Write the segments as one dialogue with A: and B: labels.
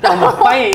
A: 让我们欢迎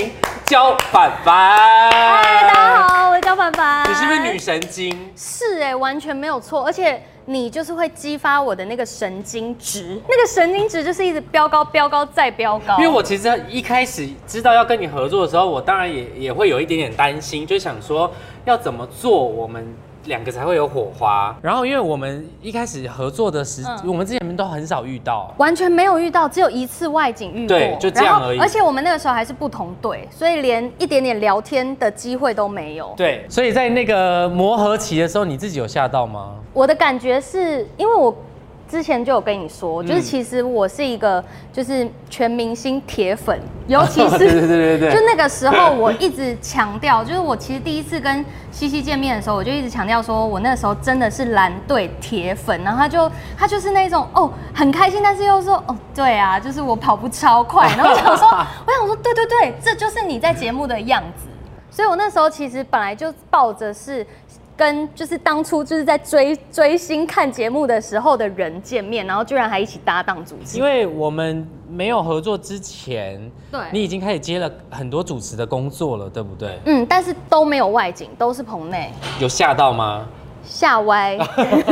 A: 焦凡
B: 嗨，大
A: 凡。
B: 家好，我是焦凡凡。
A: 你是不是女？神经？
B: 是哎、完全没有错，而且你就是会激发我的那个神经值，那个神经值就是一直飙高、飙高再飙高。
A: 因为我其实一开始知道要跟你合作的时候，我当然也也会有一点点担心，就想说要怎么做我们两个才会有火花。然后因为我们一开始合作的时，
B: 嗯
A: 我们之前都很少遇到。
B: 完全没有遇到，只有一次外景遇过，
A: 对就这样
B: 然后
A: 而已
B: 而且我们那个时候还是不同队，所以连一点点聊天的机会都没有。
A: 对，所以在那个磨合期的时候，你自己有吓到吗？
B: 我的感觉是因为我之前就有跟你说，就是
A: 嗯
B: 其实我是一个就是全明星铁 粉，尤其是
A: 对对对对对
B: 就那个时候我一直强调， 就是我其实第一次跟西西见面的时候，我就一直强调说我那时候真的是蓝队铁粉，然后他就他就是那种哦很开心，但是又说哦对啊，就是我跑步超快，然后我想说 我想说对对对，这就是你在节目的样子。所以我那时候其实本来就抱着是跟就是当初就是在追追星看节目的时候的人见面，然后居然还一起搭档主持
A: 因。为我们没有合作之前，
B: 对
A: 你已经开始接了很多主持的工作了，对不对？
B: 嗯，但是都没有外景，都是棚内
A: 有吓到吗？
B: 吓歪。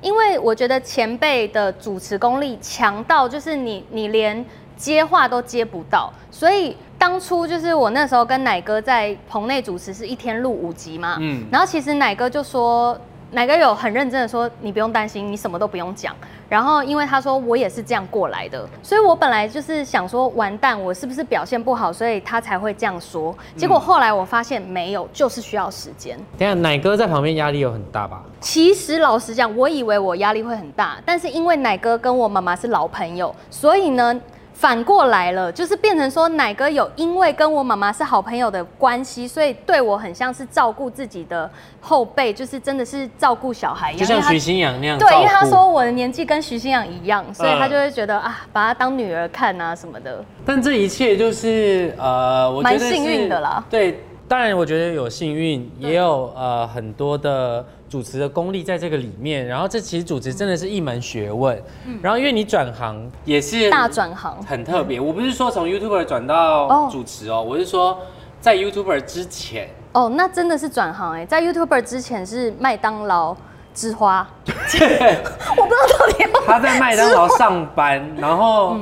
B: 因为我觉得前辈的主持功力强到，就是你你连接话都接不到，所以当初就是我那时候跟奶哥在棚内主持是一天录五集嘛，
A: 嗯
B: 嗯，然后其实奶哥就说。奶哥有很认真的说，你不用担心，你什么都不用讲。然后因为他说我也是这样过来的，所以我本来就是想说，完蛋，我是不是表现不好，所以他才会这样说。结果后来我发现没有，就是需要时间。
A: 等一下奶哥在旁边压力有很大吧？
B: 其实老实讲，我以为我压力会很大，但是因为奶哥跟我妈妈是老朋友，所以呢，反过来了，就是变成说奶哥有因为跟我妈妈是好朋友的关系，所以对我很像是照顾自己的后辈，就是真的是照顾小孩一样。
A: 就像
B: 哎因为他
A: 徐新阳那样
B: 对，因为他
A: 照顾
B: 说我的年纪跟徐新阳一样，所以他
A: 嗯
B: 就会觉得、啊，把他当女儿看啊什么的。
A: 但这一切就是呃，我觉得是
B: 蛮幸运的啦
A: 对，当然我觉得有幸运，也有呃很多的主持的功力在这个里面。然后这其实主持真的是一门学问。
B: 嗯
A: 然后因为你转行也是
B: 大转行
A: 很特别。我不是说从 YouTuber 转到
B: 哦
A: 主持哦，我是说在 YouTuber 之前。
B: 哦，那真的是转行哎、在 YouTuber 之前是麦当劳之 花，我不知道到底要
A: 他在麦当劳上班，然后、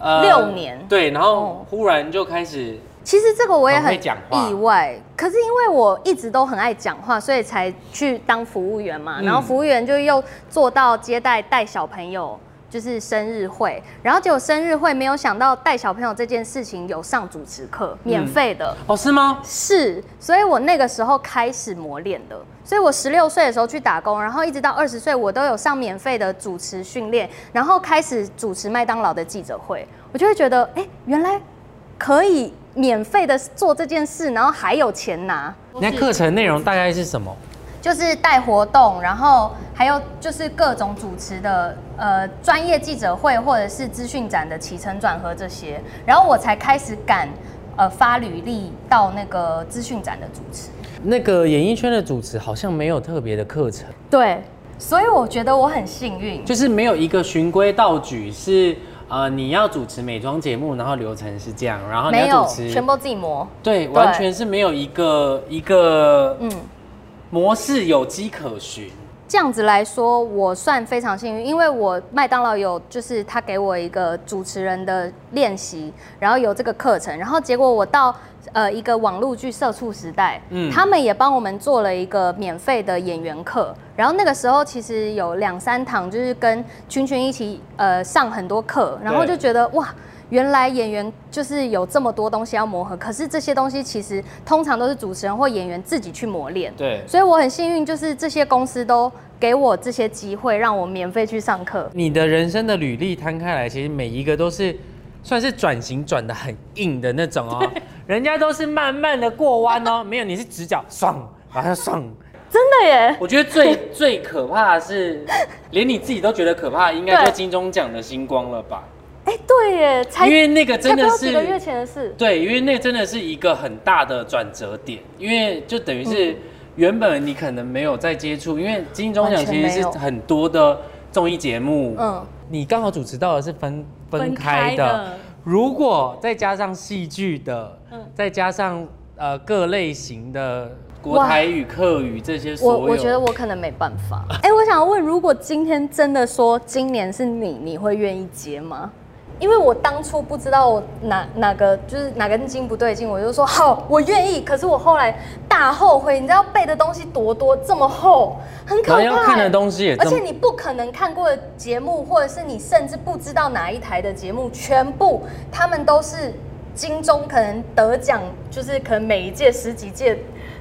A: 呃
B: 嗯六年哦
A: 对，然后忽然就开始，
B: 其实这个我也
A: 很
B: 很
A: 会讲话
B: 意外，可是因为我一直都很爱讲话，所以才去当服务员嘛。
A: 嗯
B: 然后服务员就又做到接待带小朋友，就是生日会。然后结果生日会没有想到带小朋友这件事情有上主持课，免费的。
A: 哦，是吗？
B: 是，所以我那个时候开始磨练的。所以我十六岁的时候去打工，然后一直到二十岁，我都有上免费的主持训练，然后开始主持麦当劳的记者会，我就会觉得，哎、原来可以免费的做这件事，然后还有钱拿，
A: 那课程内容大概是什么？
B: 就是带活动，然后呃还有就是各种主持的呃专业记者会或者是资讯展的起承转合这些，然后我才开始敢呃发履历到那个资讯展的主持。
A: 那个演艺圈的主持好像没有特别的课程，
B: 对，所以我觉得我很幸运。
A: 就是没有一个循规蹈矩是。呃，你要主持美妆节目，然后流程是这样，然后你
B: 没
A: 要
B: 有
A: 主持，
B: 全部都自己磨。
A: 对，完全是没有一个一个嗯模式有迹可循。
B: 这样子来说，我算非常幸运，因为我麦当劳有就是他给我一个主持人的练习，然后有这个课程，然后结果我到呃一个网络剧《社畜时代》，
A: 嗯
B: 他们也帮我们做了一个免费的演员课，然后那个时候其实有两三堂，就是跟群群一起呃上很多课，然后
A: 对
B: 就觉得哇。原来演员就是有这么多东西要磨合，可是这些东西其实通常都是主持人或演员自己去磨练。
A: 对，
B: 所以我很幸运，就是这些公司都给我这些机会，让我免费去上课。
A: 你的人生的履历摊开来，其实每一个都是算是转型转的很硬的那种哦，人家都是慢慢的过弯哦，没有你是直角爽，然后爽。
B: 真的耶！
A: 我觉得最最可怕的是，连你自己都觉得可怕，应该
B: 对
A: 就金钟奖的星光了吧？
B: 哎，对耶，才
A: 因为那个真的
B: 才不到
A: 是
B: 几个月前的事。
A: 对，因为那真的是一个很大的转折点，因为就等于
B: 嗯
A: 是原本你可能没有在接触，因为金钟奖
B: 完全
A: 其实
B: 没
A: 是
B: 有
A: 很多的综艺节目，
B: 嗯，
A: 你刚好主持到的是分分
B: 分
A: 开的，
B: 开的
A: 如果再加上戏剧的，
B: 嗯
A: 再加上呃各类型的国
B: 哇
A: 台语、客语这些所
B: 我
A: 有，
B: 我觉得我可能没办法。哎、我想问，如果今天真的说今年是你，你会愿意接吗？因为我当初不知道我哪哪个就是哪根筋不对劲，我就说好，我愿意。可是我后来大后悔，你知道背的东西多多，这么厚，很可
A: 然
B: 怕、
A: 后要看的东西也
B: 而
A: 这
B: 且
A: 么。
B: 你不可能看过的节目，或者是你甚至不知道哪一台的节目，全部他们都是金钟可能得奖，就是可能每一届十几届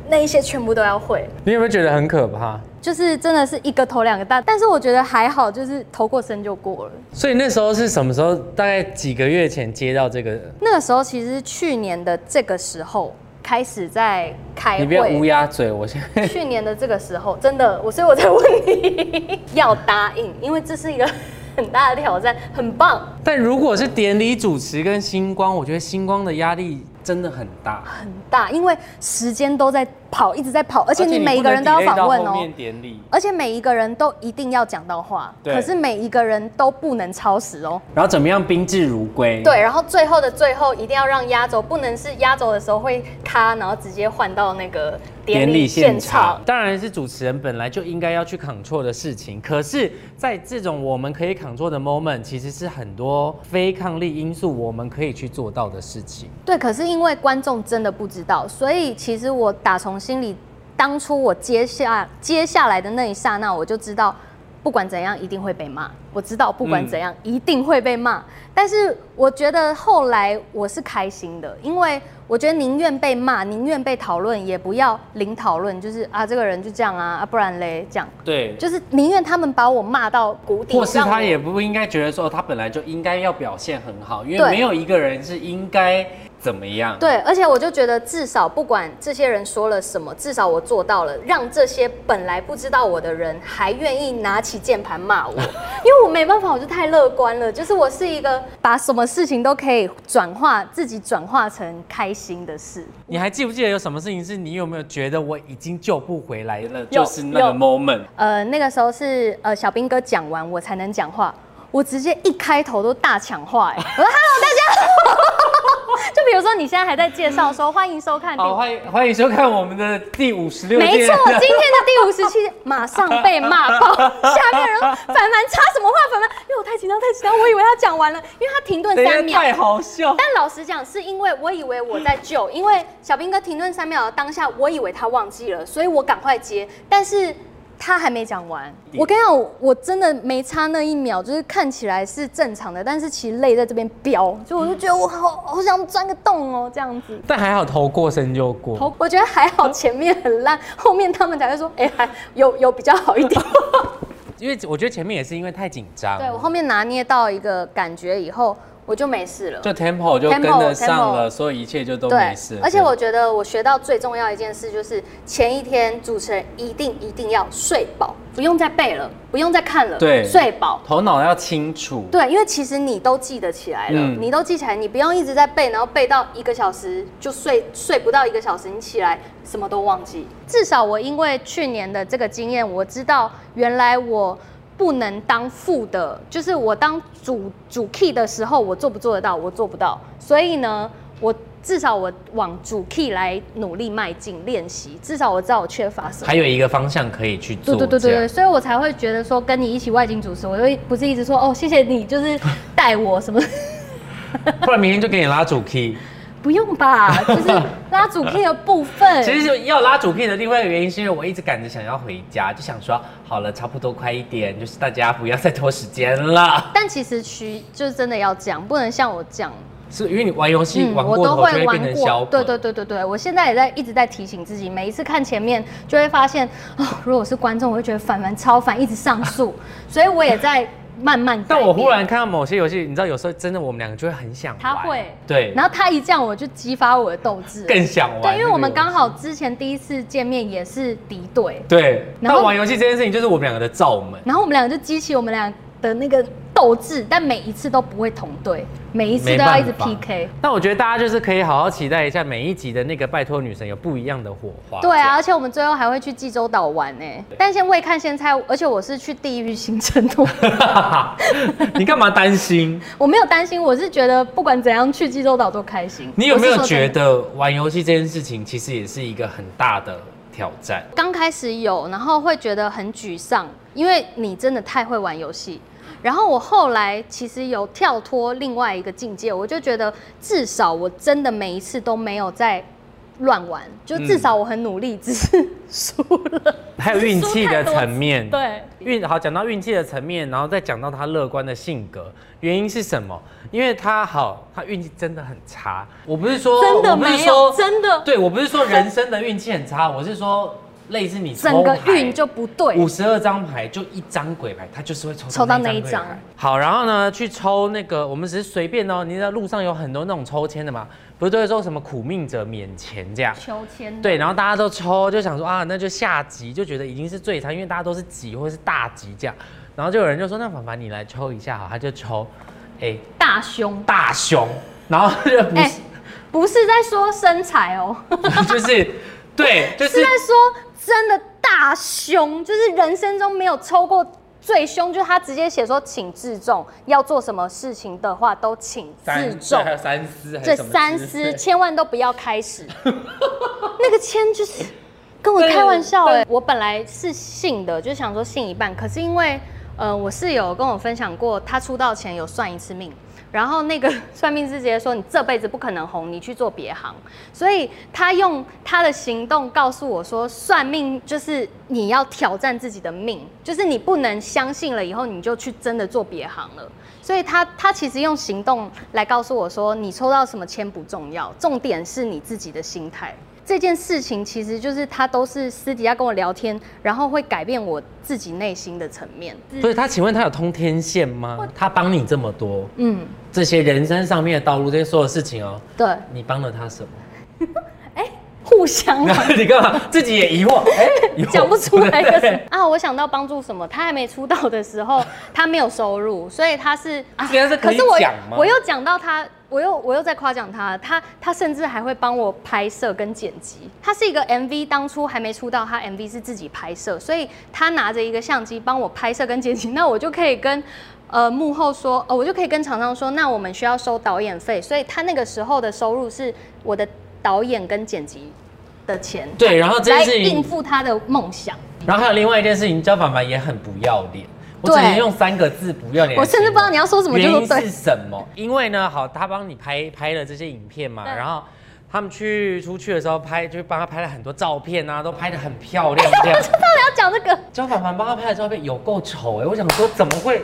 B: 那一些全部都要会。
A: 你有没有觉得很可怕？
B: 就是真的是一个头两个大，但是我觉得还好，就是头过身就过了。
A: 所以那时候是什么时候？大概几个月前接到这个，
B: 那个时候其实是去年的这个时候开始在开
A: 你不要乌
B: 会，
A: 鸦嘴，我现在。
B: 去年的这个时候真的，我所以我才问你 要答应，因为这是一个很大的挑战，很棒，
A: 但如果是典礼主持跟星光，我觉得星光的压力真的很大，
B: 很大，因为时间都在跑，一直在跑，而且你每一个人都要
A: 而且你不能
B: 访问
A: delay 到
B: 哦
A: 后。面典礼，
B: 而且每一个人都一定要讲到话，
A: 对
B: 可是每一个人都不能超时哦。
A: 然后怎么样宾至如归？
B: 对，然后最后的最后一定要让压轴，不能是压轴的时候会咔，然后直接换到那个典礼现场。
A: 当然是主持人本来就应该要去 control 的事情，可是，在这种我们可以 control 的 moment，其实是很多非抗力因素我们可以去做到的事情。
B: 对，可是因为观众真的不知道，所以其实我打从心里，当初我接下接下来的那一刹那，我就知道，不管怎样一定会被骂。我知道不
A: 嗯
B: 管怎样、一定会被骂，但是我觉得后来我是开心的，因为我觉得宁愿被骂，宁愿被讨论，也不要零讨论，就是啊这个人就这样啊，啊不然嘞这样。
A: 对，
B: 就是宁愿他们把我骂到谷底，
A: 或是
B: 让
A: 他
B: 我
A: 也不应该觉得说他本来就应该要表现很好，因为
B: 对
A: 没有一个人是应该怎么样。
B: 对，而且我就觉得至少不管这些人说了什么，至少我做到了，让这些本来不知道我的人还愿意拿起键盘骂我，因为我没办法，我就太乐观了，就是我是一个把什么事情都可以转化自己转化成开心的事。
A: 你还记不记得有什么事情是你有没有觉得我已经救不回来了？
B: 有
A: 就是那个
B: 有
A: moment。
B: 呃，那个时候是呃小兵哥讲完我才能讲话，我直接一开头都大抢话、哎，我说 “Hello，大家好”， 就比如说你现在还在介绍说欢迎收看第
A: 好，欢迎欢迎收看我们的第五十六
B: 没错，今天的第五十期马上被骂爆，下面人说凡凡插什么话？凡凡，因为我太紧张，太紧张，我以为他讲完了，因为他停顿
A: 等一下
B: 三秒。
A: 哎太好笑。
B: 但老实讲，是因为我以为我在救，因为小兵哥停顿三秒的当下，我以为他忘记了，所以我赶快接，但是他还没讲完。我跟你讲，我真的没差那一秒，就是看起来是正常的，但是其实泪在这边飙，就我就觉得我好好想钻个洞哦，这样子。
A: 但还好头过身就过。
B: 头，我觉得还好，前面很烂，后面他们才会说，哎、还有有比较 好一点。
A: 因为我觉得前面也是因为太紧张，
B: 对我后面拿捏到一个感觉以后，我就没事了。
A: 就 tempo 就跟得上了，
B: tempo
A: 所以一切就都
B: 对
A: 没事。，
B: 而且我觉得我学到最重要一件事就是，前一天主持人一定一定要睡饱，不用再背了，不用再看了，
A: 对
B: 睡饱。
A: 头脑要清楚，
B: 对，因为其实你都记得起来了，
A: 嗯
B: 你都记起来，你不用一直在背，然后背到一个小时就睡睡不到一个小时，你起来什么都忘记。至少我因为去年的这个经验，我知道原来我不能当副的，就是我当主主 key 的时候，我做不做得到，我做不到。所以呢，我至少我往主 key 来努力迈进练习，至少我知道我缺乏什么。
A: 还有一个方向可以去做。
B: 对对对对
A: 这
B: 对，
A: 样，
B: 所以我才会觉得说跟你一起外景主持，我会不是一直说哦，谢谢你，就是带我什么，
A: 不然明天就给你拉主 key。
B: 不用吧，就是拉主 K 的部 分。
A: 其实要拉主 key 的另外一个原因，是因为我一直赶着想要回家，就想说好了，差不多快一点，就是大家不要再拖时间了。
B: 但其实徐就是真的要这样，不能像我这样，
A: 是因为你玩游戏玩
B: 嗯我
A: 过
B: 都
A: 头，就
B: 会
A: 会变
B: 玩
A: 成小
B: 过。
A: 本。
B: 对对对对对，我现在也在一直在提醒自己，每一次看前面就会发现，哦，如果我是观众，我会觉得烦烦超烦，一直 上诉，所以我也在慢慢改变。
A: 但我忽然看到某些游戏，你知道，有时候真的我们两个就会很想玩。
B: 他会
A: 对，
B: 然后他一这样，我就激发我的斗志。
A: 更想玩那个游戏。
B: 对，因为我们刚好之前第一次见面也是敌对，
A: 对，
B: 然
A: 但
B: 后
A: 玩游戏这件事情就是我们两个的罩门。
B: 然后我们两个就激起我们俩的那个斗志，但每一次都不会同队，每一次
A: 没
B: 都要一直
A: 办法
B: PK。
A: 但我觉得大家就是可以好好期待一下每一集的那个拜托女神有不一样的火花。
B: 对啊，而且我们最后还会去济州岛玩欸啊呢、但先未看先猜，而且我是去地狱行程的，
A: 这样， 你干嘛担心？
B: 我没有担心，我是觉得不管怎样去济州岛都开心。
A: 你有没
B: 我
A: 有
B: 是说真的
A: 觉得玩游戏这件事情其实也是一个很大的挑战？
B: 刚开始有，然后会觉得很沮丧，因为你真的太会玩游戏。然后我后来其实有跳脱另外一个境界，我就觉得至少我真的每一次都没有在乱玩，就至少我很努力，只是输了。
A: 还有运气的层面，
B: 对，
A: 运好讲到运气的层面，然后再讲到他乐观的性格，原因是什么？因为他好，他运气真的很差。我不是说，
B: 真的
A: 我不是
B: 没有，
A: 说
B: 真的
A: 对我不是说人生的运气很差，我是说类似你
B: 整个
A: 抽牌
B: 运就不对。
A: 五十二张牌就一张鬼牌，他就是会抽
B: 抽到那一
A: 鬼
B: 张
A: 牌。好，然后呢，去抽那个，我们只是随便哦。你知道路上有很多那种抽签的嘛，不是都会说什么苦命者免钱这样。
B: 秋千
A: 对，然后大家都抽，就想说啊，那就下集，就觉得已经是最惨，因为大家都是几或是大集这样。然后就有人就说，那凡凡你来抽一下好，他就抽，哎、
B: 大胸，
A: 大胸，然后就不
B: 哎
A: 是，
B: 不是在说身材哦，
A: 就是，对，就是
B: 是在说真的大凶，就是人生中没有抽过最凶，就是他直接写说请自重，要做什么事情的话都请自
A: 三
B: 重
A: 还，有三思，还
B: 这
A: 是什么
B: 三
A: 之
B: 思
A: 类
B: 千万都不要开始。那个签就是跟我开玩笑哎、我本来是信的，就想说信一半，可是因为呃我室友跟我分享过，他出道前有算一次命。然后那个 算命师直接说：“你这辈子不可能红，你去做别行。”所以他用他的行动告诉我说：“算命就是你要挑战自己的命，就是你不能相信了以后你就去真的做别行了。”所以他他其实用行动来告诉我说：“你抽到什么签不重要，重点是你自己的心态。”这件事情其实就是他都是私底下跟我聊天，然后会改变我自己内心的层面。
A: 所以他请问他有通天线吗？他帮你这么多，
B: 嗯，
A: 这些人生上面的道路，这些所有事情哦，
B: 对，
A: 你帮了他什么？
B: 互相
A: 然 后你干嘛？自己也疑 惑，哎、疑惑
B: 讲不出来
A: 对
B: 就
A: 不对
B: 是啊，我想到帮助什么，他还没出道的 时候，他没有收入，所以他是啊，
A: 这个是可以
B: 我
A: 讲吗
B: 我又讲到他，我又我又在夸奖他，他他甚至还会帮我拍摄跟剪辑，他是一个 MV，当初还没出道，他 MV 是自己拍摄，所以他拿着一个相机帮我拍摄跟剪辑，那我就可以跟。呃，幕后说，哦，我就可以跟厂商说，那我们需要收导演费，所以他那个时候的收入是我的导演跟剪辑的钱，
A: 对，然后这
B: 来
A: 件事
B: 应
A: 情，
B: 付他的梦想。
A: 然后还有另外一件事情，焦凡凡也很不要脸。我只
B: 对
A: 能用三个字“不要脸”。
B: 我甚至不知道你要说什么就
A: 啊原
B: 说
A: 因是
B: 对
A: 什么？因为呢，好，他帮你拍拍了这些影片嘛，
B: 对
A: 然后他们去出去的时候拍，就帮他拍了很多照片啊，都拍得很漂亮 这样。
B: 到底要讲这个？
A: 焦凡凡帮他拍的照片有够丑哎，我想说怎么会，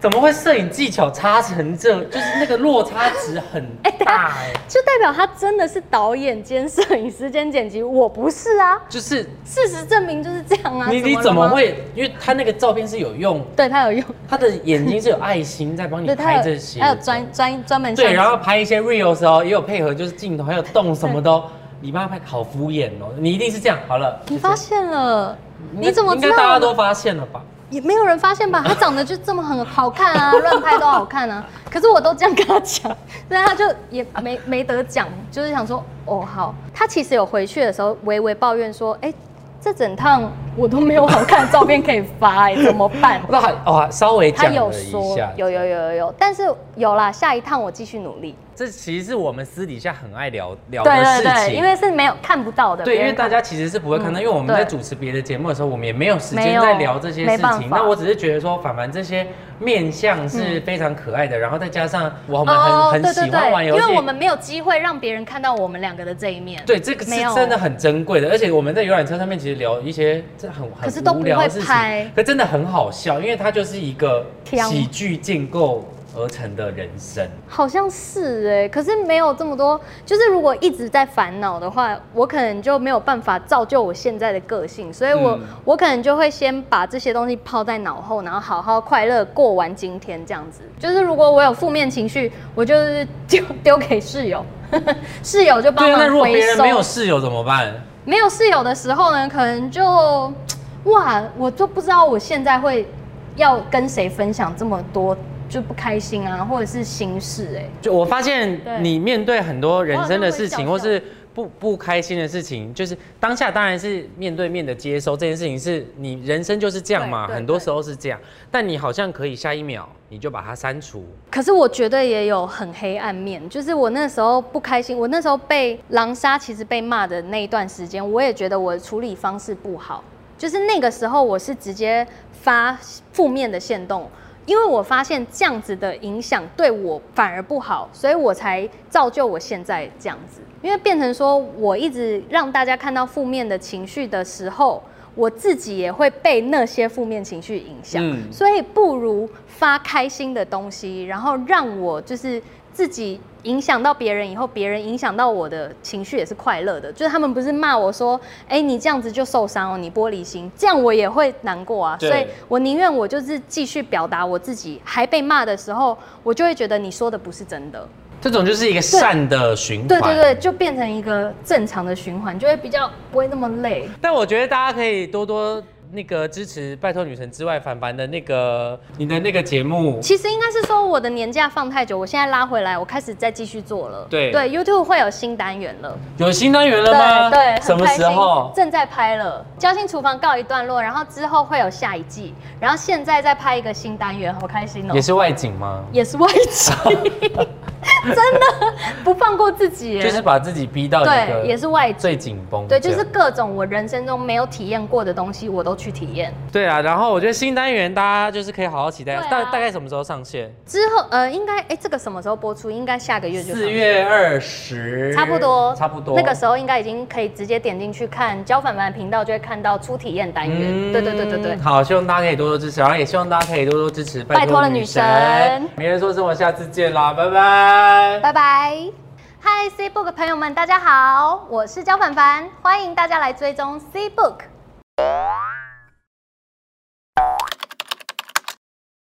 A: 怎么会摄影技巧差成这，就是那个落差值很大哎、
B: 就代表他真的是导演兼摄影师兼剪辑，我不是啊。
A: 就是
B: 事实证明就是这样啊。
A: 你你
B: 了
A: 怎么
B: 吗？
A: 会？因为他那个照片是有用，
B: 对他有用，
A: 他的眼睛是有爱心在帮你
B: 对他有
A: 拍这些，
B: 还有专专专门
A: 对，
B: 像
A: 然后拍一些 reels 的哦，也有配合，就是镜头还有动什么的 哦。你帮他拍好敷衍哦，你一定是这样。好了，
B: 你
A: 就
B: 发
A: 是
B: 现了，
A: 应该
B: 你怎么
A: 应
B: 知
A: 该大家
B: 道？
A: 都发现了吧？
B: 也没有人发现吧？他长得就这么很好看啊，乱拍都好看啊。可是我都这样跟他讲，但他就也没没得讲，就是想说哦好。他其实有回去的时候微微抱怨说，哎、这整趟我都没有好看的照片可以发、哎，怎么办？
A: 那还哦，稍微
B: 他
A: 讲
B: 有
A: 了一
B: 说
A: 下，，
B: 有有有有有，但是有啦，下一趟我继续努力。
A: 这其实是我们私底下很爱聊聊
B: 对
A: 的
B: 对
A: 事
B: 对，
A: 情，
B: 因为是没有看不到的，
A: 对，因为
B: 大
A: 大家其实是不会看到，因为我们
B: 对
A: 在主持别的节目的时候，我们也没有时
B: 没
A: 间
B: 有
A: 在聊这些
B: 没
A: 事
B: 办
A: 情。
B: 法嗯
A: 那我只是觉得说，凡凡这些面相是非常可爱的，然后再加上我们很、
B: 哦
A: 很喜欢玩游
B: 因
A: 戏，
B: 为我们没有机会让别人看到我们两个的这一面。
A: 对这个是
B: 没有
A: 真的很珍贵的，而且我们在游览车上面其实聊一些这很很
B: 可是都不
A: 无聊的事
B: 会
A: 情
B: 拍，
A: 可真的很好笑，因为它就是一个
B: 天
A: 喜剧建构而成的人生。
B: 好像是哎、可是没有这么多。就是如果一直在烦恼的话，我可能就没有办法造就我现在的个性，所以我、
A: 嗯
B: 我可能就会先把这些东西抛在脑后，然后好好快乐过完今天这样子。就是如果我有负面情绪，我就是丢丢给室友， 室友就帮
A: 对啊，那如
B: 忙
A: 果
B: 回
A: 别人
B: 收。
A: 没有室友怎么办？
B: 没有室友的时候呢，可能就哇，我就不知道我现在会要跟谁分享这么多就不开心啊，或者是心事哎、
A: 就我发现
B: 对
A: 你面对很多人生的事
B: 我好像会
A: 情，
B: 笑
A: 或是不不开心的事情，就是当下当然是面对面的接收这件事情，是你人生就是这样嘛，
B: 对对
A: 很多时候是这样。但你好像可以下一秒你就把它删除，
B: 可是我觉得也有很黑暗面，就是我那时候不开心，我那时候被狼杀，其实被骂的那一段时间，我也觉得我的处理方式不好，就是那个时候我是直接发负面的线动。因为我发现这样子的影响对我反而不好，所以我才造就我现在这样子。因为变成说我一直让大家看到负面的情绪的时候，我自己也会被那些负面情绪影响。
A: 嗯
B: 所以不如发开心的东西，然后让我就是自己影响到别人，以后别人影响到我的情绪也是快乐的。就是他们不是骂我说，哎、你这样子就受伤哦，你玻璃心，这样我也会难过啊。
A: 对
B: 所以我宁愿我就是继续表达我自己，还被骂的时候，我就会觉得你说的不是真的。
A: 这种就是一个善的循环。
B: 对对对，就变成一个正常的循环，就会比较不会那么累。
A: 但我觉得大家可以多多那个支持《拜托女神》之外凡凡的那个你的那个节目，
B: 其实应该是说我的年假放太久，我现在拉回来，我开始再继续做了。
A: 对
B: 对，YouTube 会有新单元了。
A: 有新单元了吗？
B: 对，很
A: 什么
B: 开
A: 时
B: 心哦
A: 候？
B: 正在拍了《交心厨房》告一段落，然后之后会有下一季，然后现在再拍一个新单元，好开心哦、
A: 也是外景吗？
B: 也是外 景，真的不放过自己耶。
A: 就是把自己逼到一个
B: 对，也是外景。
A: 最紧绷这
B: 对，
A: 样。
B: 就是各种我人生中没有体验过的东西，我都去体验。
A: 对啊，然后我觉得新单元大家就是可以好好期待，
B: 对啊
A: 大大概什么时候上线？
B: 之后，呃，应该，哎、这个什么时候播出？应该下个月就上
A: 四月二十，
B: 差不多，
A: 差不多。
B: 那个时候应该已经可以直接点进去看焦凡凡的频道，就会看到初体验单元。
A: 嗯
B: 对对对对对，
A: 好，希望大家可以多多支持，然后也希望大家可以多多支持，拜
B: 拜托
A: 托
B: 了
A: 了
B: 女
A: 女神
B: 神。
A: 明人说生活，下次见啦，拜拜。
B: 拜拜。嗨，C Book 朋友们，大家好，我是焦凡凡，欢迎大家来追踪 C Book。